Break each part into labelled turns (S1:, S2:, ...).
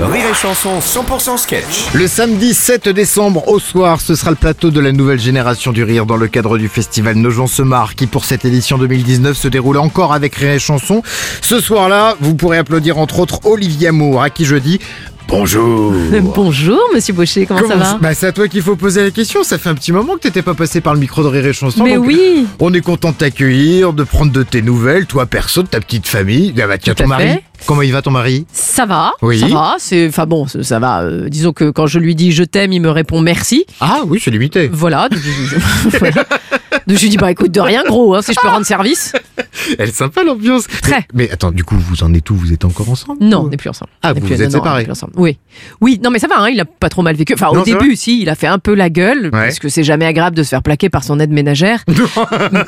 S1: Rire et Chanson 100% sketch.
S2: Le samedi 7 décembre au soir, ce sera le plateau de la nouvelle génération du rire dans le cadre du festival Nogent se marre qui pour cette édition 2019 se déroule encore avec Rire et Chanson. Ce soir-là, vous pourrez applaudir entre autres Olivier Amour à qui je dis bonjour.
S3: Bonjour Monsieur Bochet, comment, ça
S2: Comment-
S3: va
S2: bah, c'est à toi qu'il faut poser la question. Ça fait un petit moment que t'étais pas passé par le micro de Rire et Chanson.
S3: Mais
S2: donc euh,
S3: oui.
S2: On est content de t'accueillir, de prendre de tes nouvelles, toi perso, de ta petite famille. Ah bah, tiens,
S3: Tout
S2: ton
S3: à
S2: mari.
S3: fait.
S2: Comment il va ton mari
S3: Ça va,
S2: Oui.
S3: ça va, c'est, enfin bon, ça ça va. euh, disons que quand je lui dis je t'aime, il me répond merci.
S2: Ah oui, c'est limité.
S3: Voilà. Donc, je- je- voilà. Donc, je lui dis bah écoute de rien gros, hein, si je peux rendre service.
S2: Elle est sympa l'ambiance.
S3: Très.
S2: Mais, mais attends, du coup, vous en êtes où Vous êtes encore ensemble
S3: Non,
S2: ou-
S3: on n'est plus ensemble.
S2: Ah,
S3: On n'est
S2: vous
S3: plus-
S2: vous êtes
S3: non, non, on
S2: séparés.
S3: n'est plus ensemble. Oui, oui. Non mais ça va, hein, il a pas trop mal vécu. Enfin
S2: Non,
S3: au
S2: c'est
S3: début, si, il a fait un peu la gueule parce que c'est jamais agréable de se faire plaquer par son aide ménagère.
S2: Non,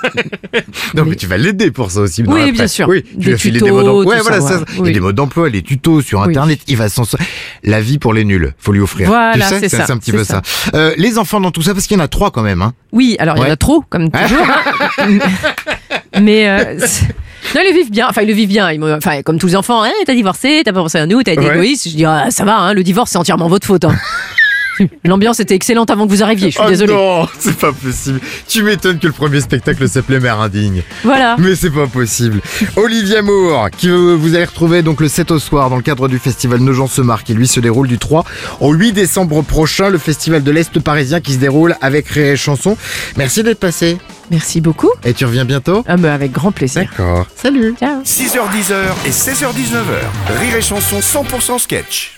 S2: mais,
S3: Mais-
S2: tu vas l'aider pour ça aussi. dans
S3: Oui,
S2: la
S3: bien
S2: presse.
S3: sûr.
S2: Oui, tu
S3: Des
S2: vas filer des
S3: tutos,
S2: modes d'emploi.
S3: tout
S2: Ouais,
S3: ça,
S2: voilà,
S3: voilà.
S2: ça,
S3: Oui.
S2: Des modes d'emploi, les tutos sur
S3: Oui.
S2: Internet, il va s'en sortir. La vie pour les nuls, faut lui offrir.
S3: Voilà,
S2: tu sais,
S3: c'est ça,
S2: C'est un petit
S3: c'est
S2: peu ça.
S3: ça.
S2: Euh, les enfants dans tout ça, parce qu'il y en a trois quand même. Hein.
S3: Oui, alors il y
S2: Ouais.
S3: en a trop, comme toujours. hein. Mais euh, c'est- non, ils le vivent bien. Enfin, ils le vivent bien. Ils m'ont- Enfin, comme tous les enfants, hein, t'as divorcé, t'as pas pensé à nous, t'as été
S2: Ouais.
S3: égoïste. Je dis, ah, ça va, hein, le divorce, c'est entièrement votre faute. hein. L'ambiance était excellente avant que vous arriviez, je suis
S2: oh
S3: désolée.
S2: non, c'est pas possible. Tu m'étonnes que le premier spectacle s'appelait Mère Indigne.
S3: Voilà.
S2: Mais c'est pas possible. Olivia Moore, qui euh, vous allez retrouver donc le 7 au soir dans le cadre du festival Nogent se marre, qui lui se déroule du 3 au 8 décembre prochain, le festival de l'Est parisien qui se déroule avec Ré et Chanson. Merci d'être passé.
S3: Merci beaucoup.
S2: Et tu reviens bientôt
S3: Ah, mais avec grand plaisir.
S2: D'accord.
S3: Salut. Ciao.
S1: 6h10 et 16h19h. Rire et Chanson 100% sketch.